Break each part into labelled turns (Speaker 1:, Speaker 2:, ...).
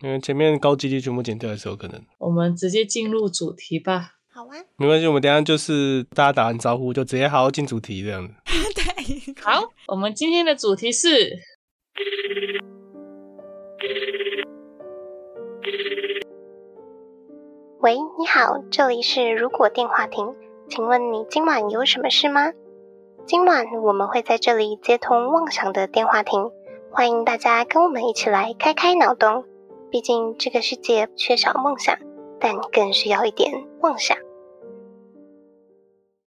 Speaker 1: 因为前面高几率全部剪掉也是有可能。
Speaker 2: 我们直接进入主题吧。
Speaker 3: 好啊，
Speaker 1: 没关系，我们等一下就是大家打完招呼就直接好好进主题这样子。
Speaker 3: 对，
Speaker 2: 好，我们今天的主题是
Speaker 4: 喂，你好，这里是如果电话亭，请问你今晚有什么事吗？今晚我们会在这里接通妄想的电话亭，欢迎大家跟我们一起来开开脑洞。毕竟这个世界缺少梦想，但更需要一点妄想。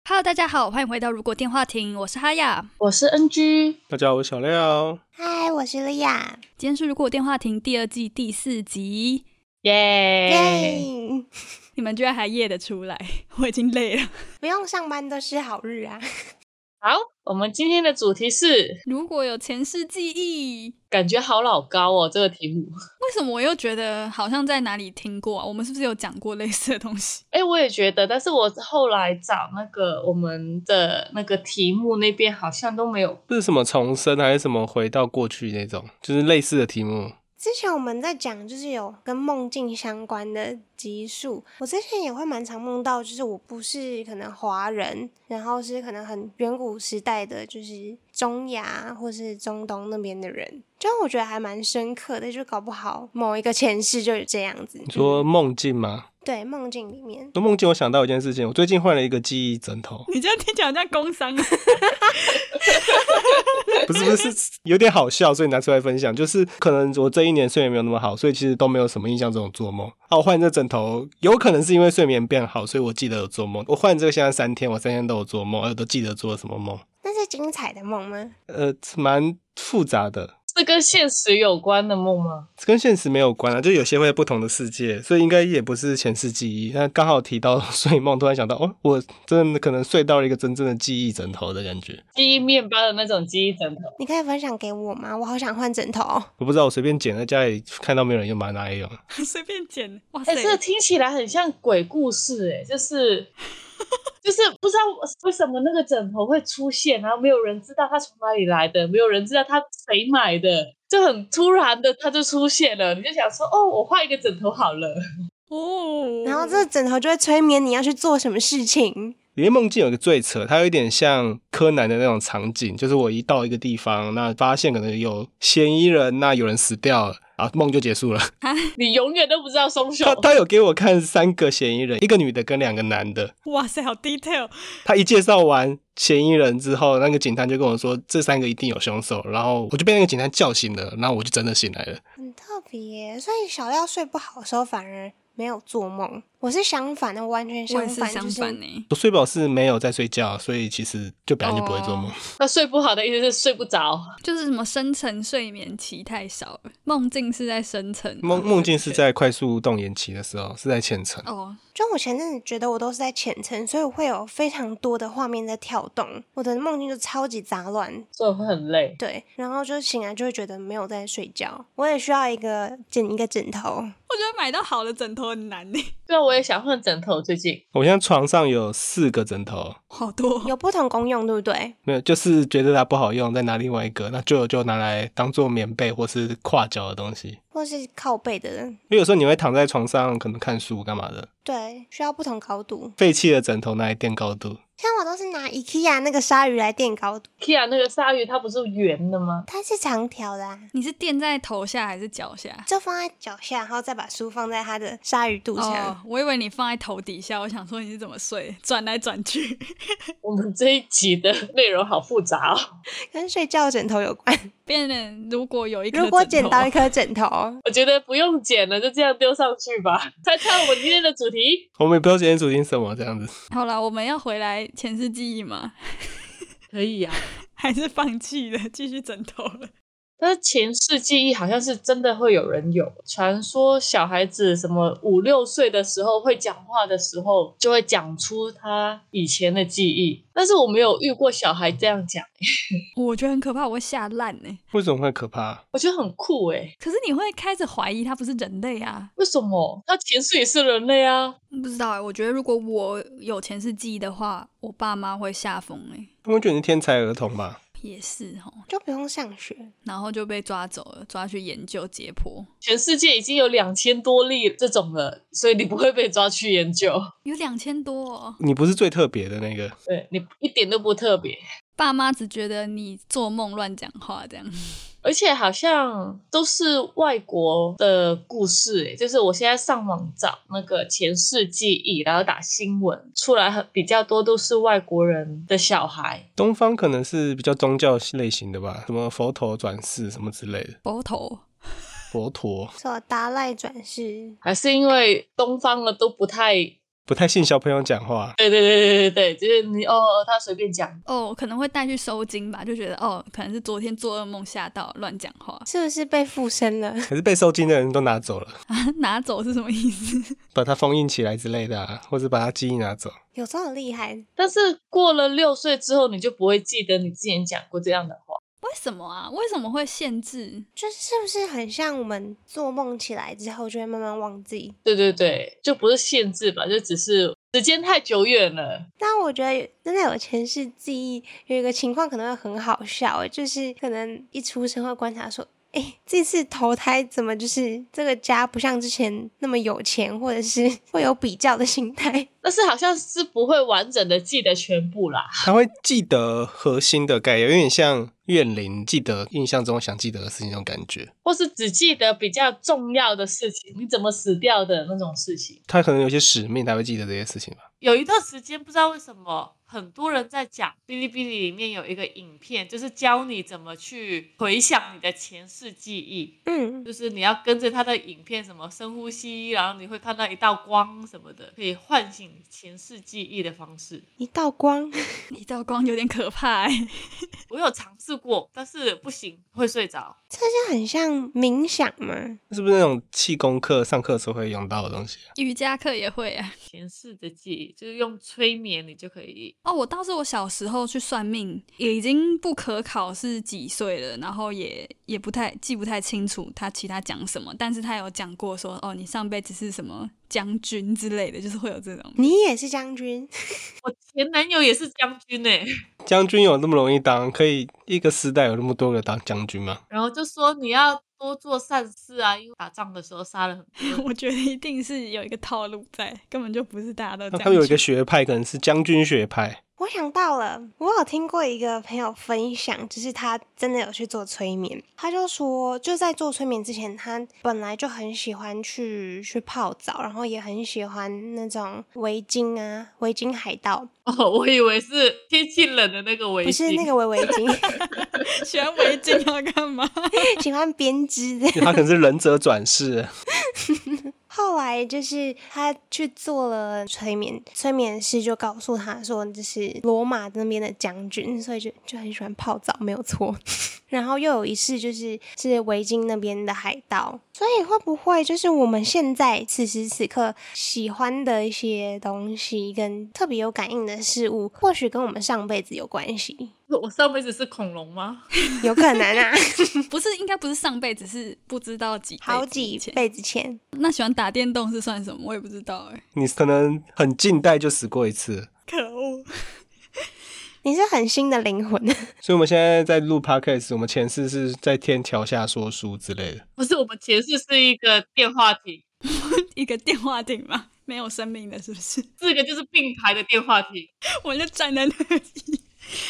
Speaker 3: Hello，大家好，欢迎回到《如果电话亭》，我是哈雅。
Speaker 2: 我是 NG，
Speaker 1: 大家好，我是小廖。
Speaker 3: 嗨，我是莉亚。今天是《如果电话亭》第二季第四集，
Speaker 2: 耶、
Speaker 5: 耶！
Speaker 3: 你们居然还夜得出来， 我已经累了。
Speaker 5: 不用上班都是好日啊！
Speaker 2: 好，我们今天的主题是
Speaker 3: 如果有前世记忆，
Speaker 2: 感觉好老高哦，这个题目。
Speaker 3: 为什么我又觉得好像在哪里听过啊？我们是不是有讲过类似的东西？，
Speaker 2: 哎，我也觉得，但是我后来找那个我们的那个题目那边好像都没有。
Speaker 1: 这是什么重生还是什么回到过去那种，就是类似的题目。
Speaker 5: 之前我们在讲，就是有跟梦境相关的集数。我之前也会蛮常梦到，就是我不是可能华人，然后是可能很远古时代的，就是中亚或是中东那边的人，就我觉得还蛮深刻的，就搞不好某一个前世就是这样子。
Speaker 1: 你说梦境吗？
Speaker 5: 对，梦境里面
Speaker 1: 说梦境，我想到一件事情，我最近换了一个记忆枕头
Speaker 3: 你这样听起来好像工伤啊。
Speaker 1: 不是不是，是有点好笑，所以拿出来分享。就是可能我这一年睡眠没有那么好，所以其实都没有什么印象这种做梦。啊，我换这枕头，有可能是因为睡眠变好，所以我记得有做梦。我换这个现在三天，我三天都有做梦，呃而且都记得做了什么梦。
Speaker 5: 那是精彩的梦吗？
Speaker 1: 呃，蛮复杂的，
Speaker 2: 是跟现实有关的梦吗？
Speaker 1: 跟现实没有关啊，就有些会不同的世界，所以应该也不是前世记忆。那刚好提到 睡梦，突然想到，哦，我真的可能睡到了一个真正的记忆枕头的感觉。
Speaker 2: 记忆面包的那种记忆枕头，
Speaker 5: 你可以分享给我吗？我好想换枕头哦。
Speaker 1: 我不知道，我随便捡，在家里看到没有人用，把它拿来用。
Speaker 3: 随便剪，哇塞！
Speaker 2: 哎、这个听起来很像鬼故事、哎，就是就是不知道为什么那个枕头会出现，然后没有人知道它从哪里来的，没有人知道它谁买的，就很突然的它就出现了，你就想说哦，我换一个枕头好了，
Speaker 3: 哦，
Speaker 5: 然后这个枕头就会催眠你要去做什么事情。
Speaker 1: 里面梦境有一个最扯，它有一点像柯南的那种场景，就是我一到一个地方，那发现可能有嫌疑人，那有人死掉了，啊，梦就结束了。
Speaker 2: 你永远都不知道松手
Speaker 1: 他。他有给我看三个嫌疑人，一个女的跟两个男的，
Speaker 3: 哇塞，好 detail，
Speaker 1: 他一介绍完嫌疑人之后，那个警探就跟我说这三个一定有凶手，然后我就被那个警探叫醒了，然后我就真的醒来了。
Speaker 5: 很特别耶，所以小廖睡不好的时候反而没有做梦，我是相反的，我完全
Speaker 3: 我
Speaker 5: 相
Speaker 3: 也是
Speaker 5: 反，
Speaker 3: 相
Speaker 5: 就是
Speaker 3: 反欸呢。
Speaker 1: 我睡饱是没有在睡觉，所以其实就本来就不会做梦。
Speaker 2: 那睡不好的意思是睡不着，
Speaker 3: 就是什么深层睡眠期太少了，梦境是在深层，
Speaker 1: 梦梦境是在快速动眼期的时候，是在浅层。
Speaker 3: 哦，
Speaker 5: 就我前阵子觉得我都是在浅层，所以我会有非常多的画面在跳动，我的梦境就超级杂乱。
Speaker 2: 所以会很累。
Speaker 5: 对，然后就醒来就会觉得没有在睡觉，我也需要一个枕一个枕头。
Speaker 3: 我觉得买到好的枕头很难呢，
Speaker 2: 对啊，我也想换枕头，最近
Speaker 1: 我现在床上有四个枕头，
Speaker 3: 好多哦。
Speaker 5: 有不同功用，对不对？
Speaker 1: 没有，就是觉得它不好用，再拿另外一个，那就就拿来当做棉被或是跨脚的东西。
Speaker 5: 或是靠背的，
Speaker 1: 因为有时候你会躺在床上，可能看书干嘛的，
Speaker 5: 对，需要不同高度。
Speaker 1: 废弃的枕头拿来垫高度。
Speaker 5: 像我都是拿 IKEA 那个鲨鱼来垫高度，
Speaker 2: Kia 那个鲨鱼它不是圆的吗？
Speaker 5: 它是长条的、啊，
Speaker 3: 你是垫在头下还是脚下？
Speaker 5: 就放在脚下，然后再把书放在他的鲨鱼肚上。
Speaker 3: 哦，我以为你放在头底下，我想说你是怎么睡，转来转去。
Speaker 2: 我们这一集的内容好复杂哦。
Speaker 5: 跟睡觉枕头有关。
Speaker 3: 变成如果有一颗
Speaker 5: 如果
Speaker 3: 枕
Speaker 5: 捡
Speaker 3: 头
Speaker 5: 到一颗枕头，
Speaker 2: 我觉得不用剪了，就这样丢上去吧。猜猜我们今天的主题？
Speaker 1: 我们也不知道今天主题是什么，这样子。
Speaker 3: 好了，我们要回来前世记忆吗？
Speaker 2: 可以呀、
Speaker 3: 还是放弃了，继续枕头了？
Speaker 2: 但是前世记忆好像是真的会有人有。传说小孩子什么五六岁的时候会讲话的时候，就会讲出他以前的记忆。但是我没有遇过小孩这样讲，
Speaker 3: 我觉得很可怕，我会吓烂呢。
Speaker 1: 为什么会可怕？
Speaker 2: 我觉得很酷诶、
Speaker 3: 可是你会开始怀疑他不是人类啊？
Speaker 2: 为什么？他前世也是人类啊？
Speaker 3: 不知道哎、我觉得如果我有前世记忆的话，我爸妈会吓疯哎。
Speaker 1: 他们觉得你是天才儿童吧？
Speaker 3: 也是哦，
Speaker 5: 就不用上学。
Speaker 3: 然后就被抓走了，抓去研究解剖。
Speaker 2: 全世界已经有两千多例这种了，所以你不会被抓去研究，
Speaker 3: 有两千多、哦，
Speaker 1: 你不是最特别的那个，
Speaker 2: 对你一点都不特别。
Speaker 3: 爸妈只觉得你做梦乱讲话这样。
Speaker 2: 而且好像都是外国的故事、欸，就是我现在上网找那个前世记忆，然后打新闻出来，很比较多都是外国人的小孩。
Speaker 1: 东方可能是比较宗教类型的吧，什么佛陀转世什么之类的。
Speaker 3: 佛头，
Speaker 1: 佛陀
Speaker 5: 说达赖转世，
Speaker 2: 还是因为东方的都不太，对
Speaker 1: 不太信小朋友讲话，
Speaker 2: 对对对对对，就是你哦，他随便讲，
Speaker 3: 哦，可能会带去收金吧，就觉得哦，可能是昨天做噩梦吓到乱讲话，
Speaker 5: 是不是被附身了？
Speaker 1: 可是被受精的人都拿走了，
Speaker 3: 拿走是什么意思？
Speaker 1: 把它封印起来之类的、啊，或者把它记忆拿走。
Speaker 5: 有这么厉害？
Speaker 2: 但是过了六岁之后，你就不会记得你之前讲过这样的话。
Speaker 3: 为什么啊？为什么会限制？
Speaker 5: 就是是不是很像我们做梦起来之后就会慢慢忘记？
Speaker 2: 对对对，就不是限制吧，就只是时间太久远了。
Speaker 5: 但我觉得真的有前世记忆，有一个情况可能会很好笑欸，就是可能一出生会观察说，哎、这次投胎怎么就是这个家不像之前那么有钱，或者是 会有比较的心态。
Speaker 2: 但是好像是不会完整的记得全部啦。
Speaker 1: 他会记得核心的概念，有点像怨灵记得印象中想记得的事情那种感觉。
Speaker 2: 或是只记得比较重要的事情，你怎么死掉的那种事情。
Speaker 1: 他可能有些使命，他会记得这些事情吧。
Speaker 6: 有一段时间，不知道为什么，很多人在讲哔哩哔哩里面有一个影片，就是教你怎么去回想你的前世记忆，
Speaker 5: 嗯，
Speaker 6: 就是你要跟着他的影片，什么深呼吸，然后你会看到一道光什么的，可以唤醒你前世记忆的方式。
Speaker 5: 一道光，
Speaker 3: 一道光有点可怕、欸，
Speaker 6: 我有尝试过，但是不行，会睡着。
Speaker 5: 这很像冥想嘛。
Speaker 1: 是不是那种气功课上课的时候会用到的东西啊、
Speaker 3: 瑜伽课也会啊。
Speaker 6: 前世的记忆就是用催眠，你就可以
Speaker 3: 哦，我倒是我小时候去算命，也已经不可考是几岁了，然后也也不太记不太清楚他其他讲什么，但是他有讲过说哦，你上辈子是什么将军之类的，就是会有这种。
Speaker 5: 你也是将军，
Speaker 6: 我前男友也是将军欸呢、
Speaker 1: 将军有那么容易当？可以一个时代有那么多个当将军吗？
Speaker 6: 然后就说你要多做善事啊，因为打仗的时候杀了很多人。
Speaker 3: 我觉得一定是有一个套路在，根本就不是大家都这
Speaker 1: 那
Speaker 3: 样。
Speaker 1: 他们有一个学派，可能是将军学派。
Speaker 5: 我想到了，我有听过一个朋友分享，就是他真的有去做催眠。他就说，就在做催眠之前，他本来就很喜欢去去泡澡，然后也很喜欢那种围巾啊，围巾海盗，
Speaker 6: 哦，我以为是天气冷的那个围巾，
Speaker 5: 不是那个围围巾，
Speaker 3: 喜欢围巾要干嘛？
Speaker 5: 喜欢编织的。
Speaker 1: 他可能是忍者转世，
Speaker 5: 后来就是他去做了催眠，催眠师就告诉他说，这是罗马那边的将军，所以就就很喜欢泡澡，没有错。 然后又有一世就是是维京那边的海盗，所以会不会就是我们现在此时此刻喜欢的一些东西跟特别有感应的事物，或许跟我们上辈子有关系，
Speaker 6: 我上辈子是恐龙吗？
Speaker 5: 有可能 啊，
Speaker 3: 不是，应该不是上辈子，是不知道几辈子
Speaker 5: 好
Speaker 3: 以
Speaker 5: 几
Speaker 3: 前。
Speaker 5: 辈子前，
Speaker 3: 那喜欢打电动是算什么？我也不知道哎、
Speaker 1: 你可能很近代就死过一次。
Speaker 3: 可恶！
Speaker 5: 你是很新的灵魂，
Speaker 1: 所以我们现在在录 podcast，我们前世是在天桥下说书之类的。
Speaker 6: 不是，我们前世是一个电话亭，
Speaker 3: 一个电话亭嘛，没有生命的，是不是？
Speaker 6: 这个就是并排的电话亭。
Speaker 3: 我就站在那里，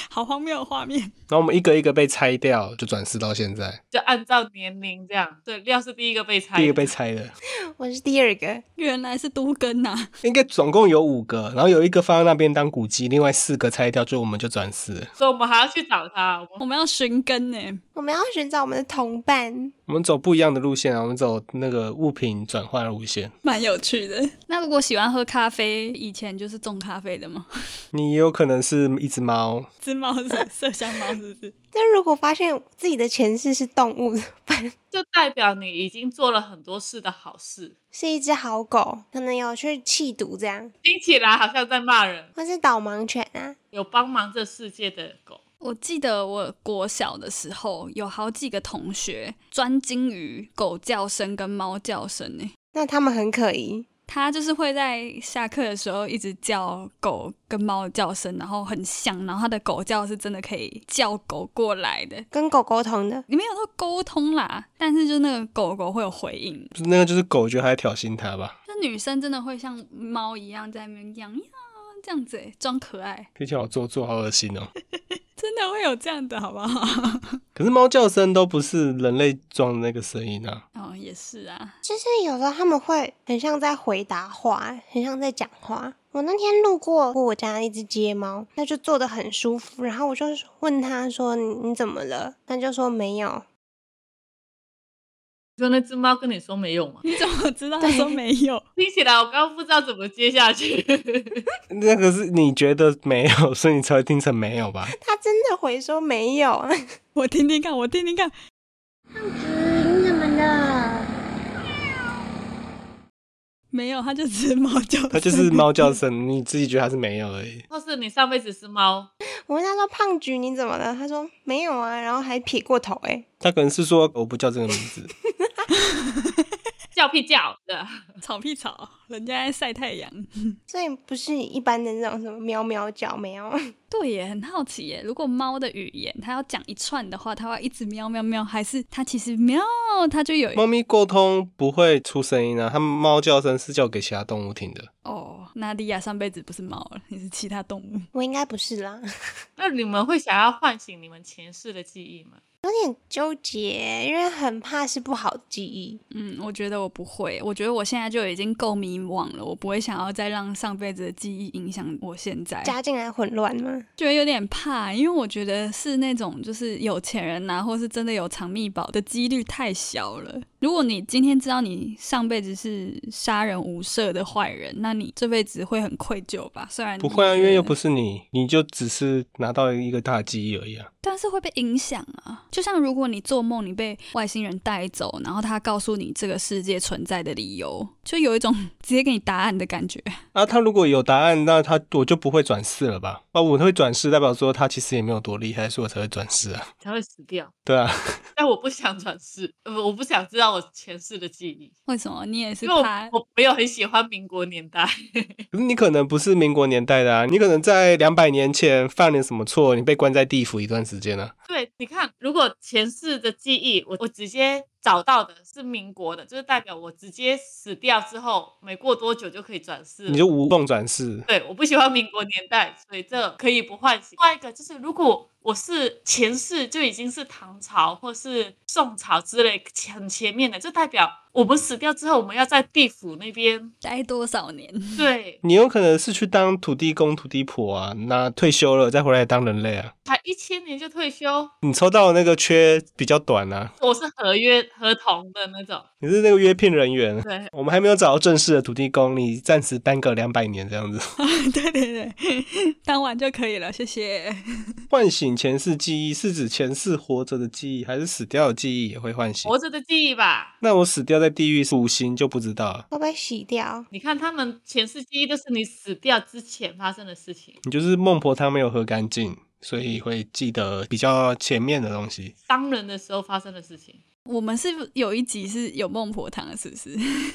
Speaker 3: 好荒谬的画面。
Speaker 1: 然后我们一个一个被拆掉，就转世到现在，
Speaker 6: 就按照年龄这样。对，廖是第一个被拆的，
Speaker 1: 第一个被拆的，
Speaker 5: 我是第二个，
Speaker 3: 原来是都啊根呐、
Speaker 1: 应该总共有五个，然后有一个放在那边当古迹，另外四个拆掉，就我们就转世了。
Speaker 6: 所以我们还要去找他。我
Speaker 3: 我
Speaker 6: 们
Speaker 3: 们要寻根欸呢、
Speaker 5: 我们要寻找我们的同伴。
Speaker 1: 我们走不一样的路线啊，我们走那个物品转换路线。
Speaker 3: 蛮有趣的。那如果喜欢喝咖啡，以前就是种咖啡的 吗？
Speaker 1: 你也有可能是一只猫，
Speaker 3: 只猫是麝香猫是不是？
Speaker 5: 但如果发现自己的前世是动物怎么办？
Speaker 6: 就代表你已经做了很多事的好事，
Speaker 5: 是一只好狗，可能有去弃毒这样，
Speaker 6: 听起来好像在骂人。
Speaker 5: 或是导盲犬啊，
Speaker 6: 有帮忙这世界的狗，
Speaker 3: 我记得我国小的时候，有好几个同学专精于狗叫声跟猫叫声呢、
Speaker 5: 那它们很可疑。
Speaker 3: 它就是会在下课的时候一直叫狗跟猫的叫声，然后很像，然后它的狗叫是真的可以叫狗过来的。
Speaker 5: 跟狗沟通的，
Speaker 3: 你没有说沟通啦，但是就那个狗狗会有回应。
Speaker 1: 那个就是狗觉得他在挑衅他吧，
Speaker 3: 就女生真的会像猫一样在那边养呀这样子、欸，装可爱，
Speaker 1: 听起来好做作，好恶心哦。
Speaker 3: 真的会有这样的好不好？
Speaker 1: 可是猫叫声都不是人类装的那个声音啊，
Speaker 3: 哦，也是啊，
Speaker 5: 就是有时候他们会很像在回答话，很像在讲话。我那天路过我家一只街猫，它就坐得很舒服，然后我就问它说：“你你怎么了？”它就说：“没有。
Speaker 2: 就那只猫跟你说没有 嘛？
Speaker 3: 你怎么知道他说没有？
Speaker 2: 听起来我刚刚不知道怎么接下去。
Speaker 1: 那个是你觉得没有， 所以你才会听成没有吧？”
Speaker 5: 它真的回说：“没有。啊
Speaker 3: 我听听看，我听听看，
Speaker 7: 你怎么了？
Speaker 3: 没有，它就只是猫 叫声，
Speaker 1: 它就是猫 叫声，你自己觉得它是没有而已。
Speaker 2: 或是你上辈子是猫，”
Speaker 5: 我问它说：“胖菊，你怎么了？”它说：“没有啊。”然后还撇过头、欸，
Speaker 1: 它可能是说我不叫这个名字，
Speaker 2: 叫屁叫啊的，
Speaker 3: 草屁草，人家在晒太阳。
Speaker 5: 所以不是一般的那种什么喵喵叫喵，
Speaker 3: 对耶，很好奇耶。如果猫的语言它要讲一串的话，它会一直喵喵喵，还是它其实喵，它就有
Speaker 1: 猫咪沟通不会出声音啊，它们猫叫声是叫给其他动物听的。
Speaker 3: 哦？那莉亚上辈子不是猫了，你是其他动物。
Speaker 5: 我应该不是啦，
Speaker 2: 那你们会想要唤醒你们前世的记忆吗？
Speaker 5: 纠结，因为很怕是不好的记忆。
Speaker 3: 嗯，我觉得我不会，我觉得我现在就已经够迷惘了，我不会想要再让上辈子的记忆影响我现在。
Speaker 5: 加进来混乱吗？
Speaker 3: 觉得有点怕，因为我觉得是那种就是有钱人呐、啊或是真的有藏秘宝的几率太小了。如果你今天知道你上辈子是杀人无赦的坏人，那你这辈子会很愧疚吧？虽然
Speaker 1: 不会啊，因为又不
Speaker 3: 是，
Speaker 1: 是你，你就只是拿到一个大的记忆而已啊。
Speaker 3: 但是会被影响啊。就像如果你做梦，你被外星人带走，然后他告诉你这个世界存在的理由，就有一种 直接给你答案的感觉。
Speaker 1: 啊，他如果有答案，那他我就不会转世了吧？啊，我会转世，代表说他其实也没有多厉害，所以我才会转世啊。
Speaker 2: 才会死掉。
Speaker 1: 对啊，
Speaker 2: 但我不想转世，呃我不想知道我前世的记忆，
Speaker 3: 为什么你也是
Speaker 2: 因为我
Speaker 3: 怕？
Speaker 2: 我没有很喜欢民国年代。
Speaker 1: 可是你可能不是民国年代的啊，你可能在两百年前犯了什么错，你被关在地府一段时间啊。
Speaker 2: 对，你看，如果前世的记忆，我我直接找到的是民国的，就是代表我直接死掉之后，没过多久就可以转世了。
Speaker 1: 你就无缝转世。
Speaker 2: 对，我不喜欢民国年代，所以这可以不唤醒。另外一个就是，如果我是前世就已经是唐朝或是宋朝之类很前面的，就代表我们死掉之后，我们要在地府那边。
Speaker 3: 待多少年？
Speaker 2: 对，
Speaker 1: 你有可能是去当土地公、土地婆啊，那退休了再回来当人类啊。
Speaker 2: 才一千年就退休，
Speaker 1: 你抽到的那个缺比较短啊，
Speaker 2: 我是合约合同的那种。
Speaker 1: 你是那个约聘人员。
Speaker 2: 对，
Speaker 1: 我们还没有找到正式的土地公，你暂时耽搁两百年这样子。
Speaker 3: 对对对， 当晚就可以了，谢谢。
Speaker 1: 唤醒前世记忆是指前世活着的记忆，还是死掉的记忆也会唤醒
Speaker 2: 活？着的记忆吧。
Speaker 1: 那我死掉在地狱五行就不知道了。
Speaker 5: 会不会洗掉？
Speaker 2: 你看他们前世记忆都是你死掉之前发生的事情，
Speaker 1: 你就是孟婆汤没有喝干净，所以会记得比较前面的东西。
Speaker 2: 当人的时候发生的事情，
Speaker 3: 我们是不是有一集是有孟婆汤的，是不是？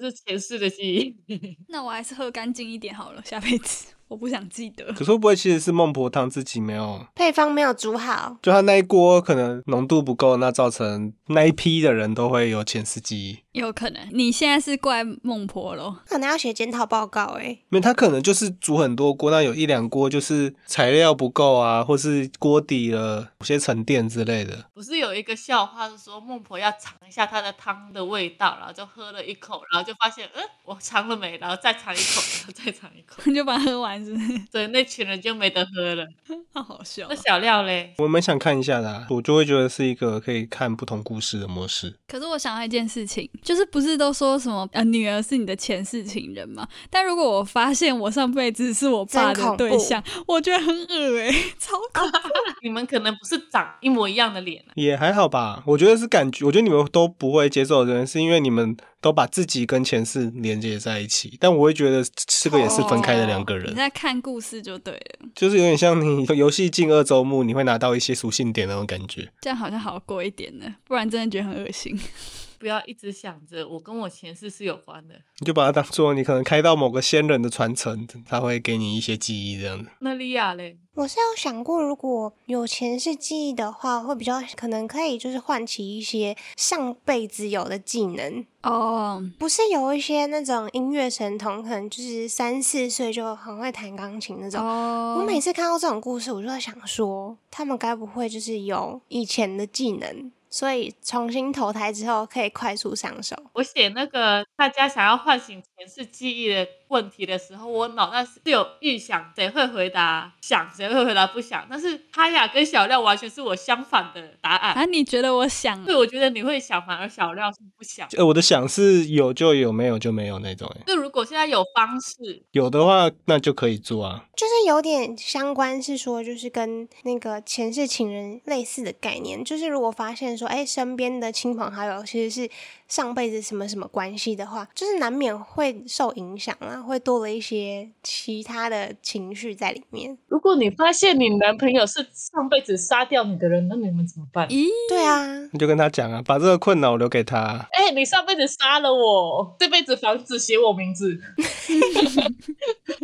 Speaker 2: 就是前世的记忆。
Speaker 3: 那我还是喝干净一点好了，下辈子 我不想记得。
Speaker 1: 可是会不会其实是孟婆汤自己没有
Speaker 5: 配方没有煮好，
Speaker 1: 就他那一锅可能浓度不够，那造成那一批的人都会有前世记忆，
Speaker 3: 有可能你现在是怪孟婆咯，
Speaker 5: 可能要写检讨报告哎、
Speaker 1: 因为他可能就是煮很多锅，那有一两锅就是材料不够啊，或是锅底了有些沉淀之类的。
Speaker 2: 不是有一个笑话是说孟婆要尝一下她的汤的味道，然后就喝了一口，然后就发现，嗯，我尝了没？然后再尝一口，然后再尝一口，
Speaker 3: 就把它喝完，是不是？
Speaker 2: 所以那群人就没得喝了。
Speaker 3: 好好笑哦
Speaker 2: 那。小料嘞，
Speaker 1: 我蛮想看一下的、啊，我就会觉得是一个可以看不同故事的模式。
Speaker 3: 可是我想到一件事情，就是不是都说什么呃女儿是你的前世情人嘛？但如果我发现我上辈子是我爸
Speaker 5: 真
Speaker 3: 的
Speaker 5: 恐怖
Speaker 3: 对象，我觉得很恶欸诶、超恐怖。
Speaker 2: 你们可能不是长一模一样的脸、啊，
Speaker 1: 也还好吧，我觉得是感觉，我觉得你们都不会接受的人，是因为你们都把自己跟前世连接在一起。但我会觉得这个也是分开的两个人，
Speaker 3: 哦你在看故事就对了，
Speaker 1: 就是有点像你 游戏进二周目，你会拿到一些属性点那种感觉。
Speaker 3: 这样好像好过一点呢，不然真的觉得很恶心。
Speaker 6: 不要一直想着我跟我前世是有关的，
Speaker 1: 你就把它当做你可能开到某个先人的传承，他会给你一些记忆这样子。
Speaker 6: 那莉亚嘞，
Speaker 5: 我是有想过，如果有前世记忆的话，会比较可能可以就是唤起一些上辈子有的技能。
Speaker 3: 哦，
Speaker 5: 不是有一些那种音乐神童，可能就是三四岁就很会弹钢琴那种。
Speaker 3: 哦，
Speaker 5: 我每次看到这种故事，我就在想说，他们该不会就是有以前的技能，所以重新投胎之后可以快速上手？
Speaker 6: 我写那个大家想要唤醒前世记忆的问题的时候，我脑袋是有预想谁会回答想，谁会回答不想，但是哈雅跟小廖完全是我相反的答案。
Speaker 3: 啊，你觉得我想
Speaker 6: 对，我觉得你会想，反而小廖是不想。
Speaker 1: 呃，我的想是有就有，没有就没有那种、欸。
Speaker 6: 就如果现在有方式，
Speaker 1: 有的话那就可以做啊。
Speaker 5: 就是有点相关，是说就是跟那个前世情人类似的概念。就是如果发现说，哎、身边的亲朋好友其实是上辈子什么什么关系的话，就是难免会受影响啦，会多了一些其他的情绪在里面。
Speaker 2: 如果你发现你男朋友是上辈子杀掉你的人，那你们怎么办？
Speaker 3: 咦，
Speaker 5: 对啊，
Speaker 1: 你就跟他讲啊，把这个困扰留给他啊、
Speaker 2: 哎、你上辈子杀了我，这辈子房子写我 名字，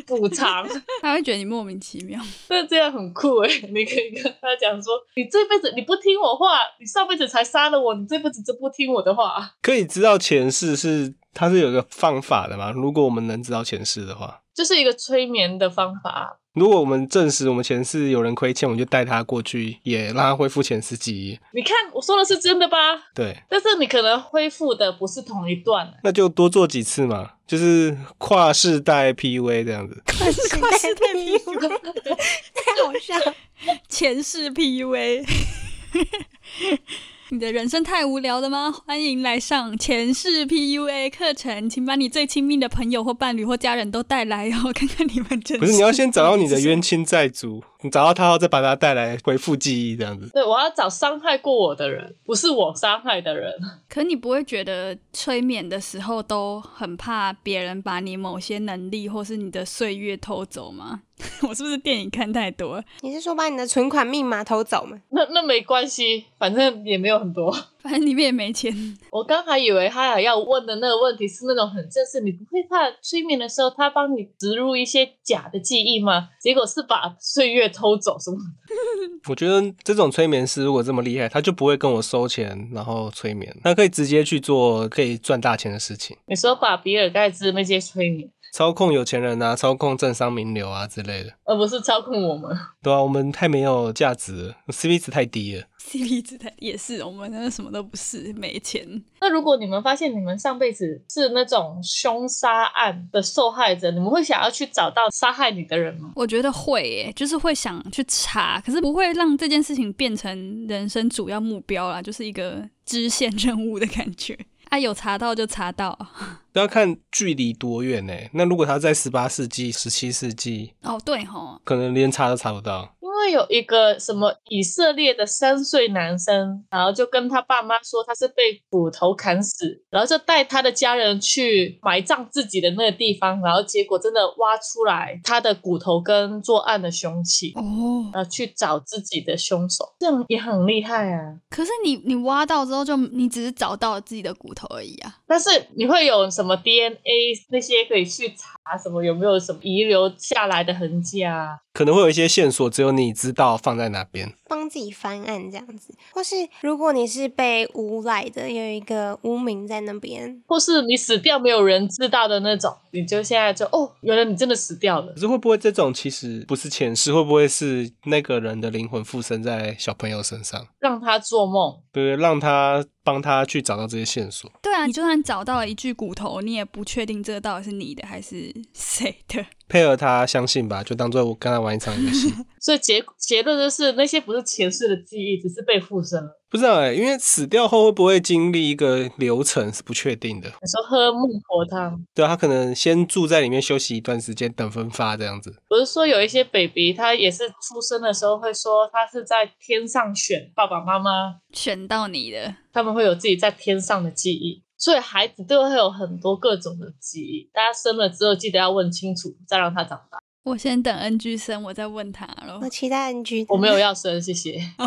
Speaker 2: 补偿，
Speaker 3: 他会觉得你莫名其妙。
Speaker 2: 那这样很酷哎！你可以跟他讲说，你这辈子你不听我话，你上辈子才杀了我，你这辈子就不听我的话，
Speaker 1: 可以知道前世是它是有一个方法的嘛？如果我们能知道前世的话，
Speaker 2: 就是一个催眠的方法。
Speaker 1: 如果我们证实我们前世有人亏欠，我们就带他过去，也让他恢复前世记忆。
Speaker 2: 你看我说的是真的吧？
Speaker 1: 对，
Speaker 2: 但是你可能恢复的不是同一段，
Speaker 1: 那就多做几次嘛，就是跨世代 PUA 这样子。
Speaker 5: 快时代的迷糊， 太好笑了。
Speaker 3: 前世 PUA。你的人生太无聊了吗？欢迎来上前世 PUA 课程，请把你最亲密的朋友或伴侣或家人都带来哦，看看你们真
Speaker 1: 不是，你要先找到你的冤亲债主，你找到他后再把他带来恢复记忆这样子。
Speaker 2: 对我要找伤害过我的人，不是我伤害的人。
Speaker 3: 可你不会觉得催眠的时候都很怕别人把你某些能力或是你的岁月偷走吗？ 我是不是电影看太多了？
Speaker 5: 你是说把你的存款密码偷走吗？
Speaker 2: 那那没关系，反正也没有很多。
Speaker 3: 反正里面也没钱。
Speaker 2: 我刚还以为哈雅要问的那个问题是那种很正式，你不会怕催眠的时候他帮你植入一些假的记忆吗？结果是把岁月偷走什么？
Speaker 1: 我觉得这种催眠师如果这么厉害，他就不会跟我收钱然后催眠，他可以直接去做可以赚大钱的事情，
Speaker 2: 你说把比尔盖茨那些催眠，
Speaker 1: 操控有钱人啊，操控政商名流啊之类的。
Speaker 2: 而不是操控我们。
Speaker 1: 对啊，我们太没有价值了，CP 值太低了。
Speaker 3: CP 值太也是，我们真的什么都不是，没钱。
Speaker 2: 那如果你们发现你们上辈子是那种凶杀案的受害者，你们会想要去找到杀害你的人吗？
Speaker 3: 我觉得会耶，就是会想去查，可是不会让这件事情变成人生主要目标啦，就是一个支线任务的感觉。 啊，有查到就查到
Speaker 1: 都要看距离多远呢、那如果他在十八世纪、十七世纪，
Speaker 3: 哦，对吼，
Speaker 1: 可能连查都查不到。
Speaker 2: 因为有一个什么以色列的三岁男生，然后就跟他爸妈说他是被斧头砍死，然后就带他的家人去埋葬自己的那个地方，然后结果真的挖出来他的骨头跟作案的凶器，
Speaker 3: 哦，
Speaker 2: 然后去找自己的凶手，这样也很厉害啊。
Speaker 3: 可是你你挖到之后就你只是找到了自己的骨头而已啊，
Speaker 2: 但是你会有什么 DNA 那些可以去查什么有没有什么遗留下来的痕迹啊？
Speaker 1: 可能会有一些线索，只有你知道放在哪边。
Speaker 5: 帮自己翻案这样子，或是如果你是被诬赖的，有一个污名在那边，
Speaker 2: 或是你死掉没有人知道的那种，你就现在就哦，原来你真的死掉了
Speaker 1: 可。是会不会这种其实不是前世，会不会是那个人的灵魂附身在小朋友身上？
Speaker 2: 让他做梦。
Speaker 1: 对，让他帮他去找到这些线索。
Speaker 3: 对啊，你就算找到了一具骨头，你也不确定这到底是你的还是谁的。
Speaker 1: 配合他相信吧，就当做我跟他玩一场游戏。
Speaker 2: 所以结结论就是，那些不是前世的记忆，只是被附身了。
Speaker 1: 不知道哎、因为死掉后会不会经历一个流程是不确定的。
Speaker 2: 你说喝孟婆汤，
Speaker 1: 对啊，他可能先住在里面休息一段时间，等分发这样子。
Speaker 2: 不是说有一些 baby 他也是出生的时候会说他是在天上选爸爸妈妈，
Speaker 3: 选到你的，
Speaker 2: 他们会有自己在天上的记忆。所以孩子都会有很多各种的记忆，大家生了之后记得要问清楚，再让他长大。
Speaker 3: 我先等 NG 生，我再问他喽
Speaker 5: 我。期待 NG 的。
Speaker 2: 我没有要生，谢谢。
Speaker 3: 哦，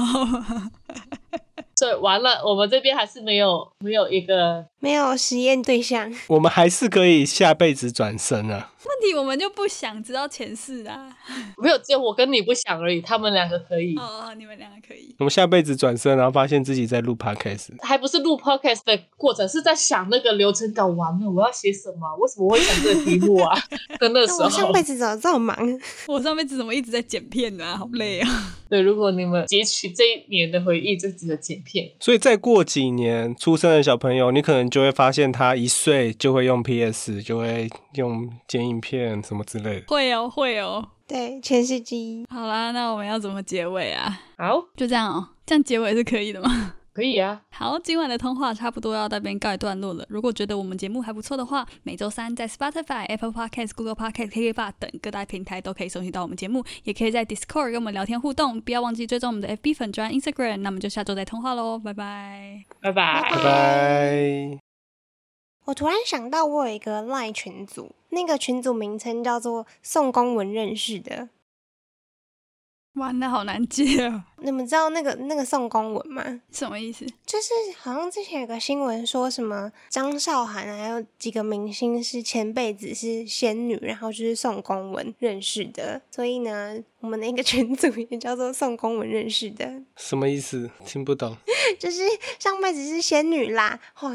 Speaker 2: 所以完了，我们这边还是没有没有一个
Speaker 5: 没有实验对象，
Speaker 1: 我们还是可以下辈子转生啊。
Speaker 3: 问题我们就不想知道前世啊。
Speaker 2: 没有，只有我跟你不想而已，他们两个可以，
Speaker 3: 哦，哦你们两个可以。
Speaker 1: 我们下辈子转生，然后发现自己在录 podcast，
Speaker 2: 还不是录 podcast 的过程，是在想那个流程稿完了我要写什么，为什么会想这个题目啊？ 的那时
Speaker 5: 那我上
Speaker 2: 候
Speaker 5: 辈，子怎么这么忙？
Speaker 3: 我上辈子怎么一直在剪片呢、啊？好累啊！
Speaker 2: 对，如果你们截取这一年的回忆，这集的剪片，
Speaker 1: 所以再过几年出生的小朋友，你可能就会发现他一岁就会用 PS，就会用剪影片什么之类的。
Speaker 3: 会哦，会哦。
Speaker 5: 对，前世记忆。
Speaker 3: 好啦，那我们要怎么结尾啊？
Speaker 2: 好，
Speaker 3: 就这样哦，这样结尾是可以的吗？
Speaker 2: 可以啊，
Speaker 3: 好，今晚的通话差不多要到这边告一段落了。如果觉得我们节目还不错的话，每周三在 Spotify、Apple Podcast、Google Podcast、KK b o 等各大平台都可以收听到我们节目，也可以在 Discord 跟我们聊天互动。不要忘记追踪我们的 FB 粉专、Instagram。那我们就下周再通话喽，拜拜。
Speaker 2: 拜拜
Speaker 1: 拜拜。
Speaker 5: 我突然想到，我有一个赖群组，那个群组名称叫做“宋公文认识的
Speaker 3: 完了，好难接哦，”。
Speaker 5: 你们知道那个那个宋公文吗？
Speaker 3: 什么意思？
Speaker 5: 就是好像之前有个新闻说什么张韶涵啊还有几个明星是前辈子是仙女，然后就是宋公文认识的，所以呢，我们的一个群组也叫做“宋公文认识的
Speaker 1: 什么意思？听不懂。”，
Speaker 5: 就是上辈子是仙女啦。哦，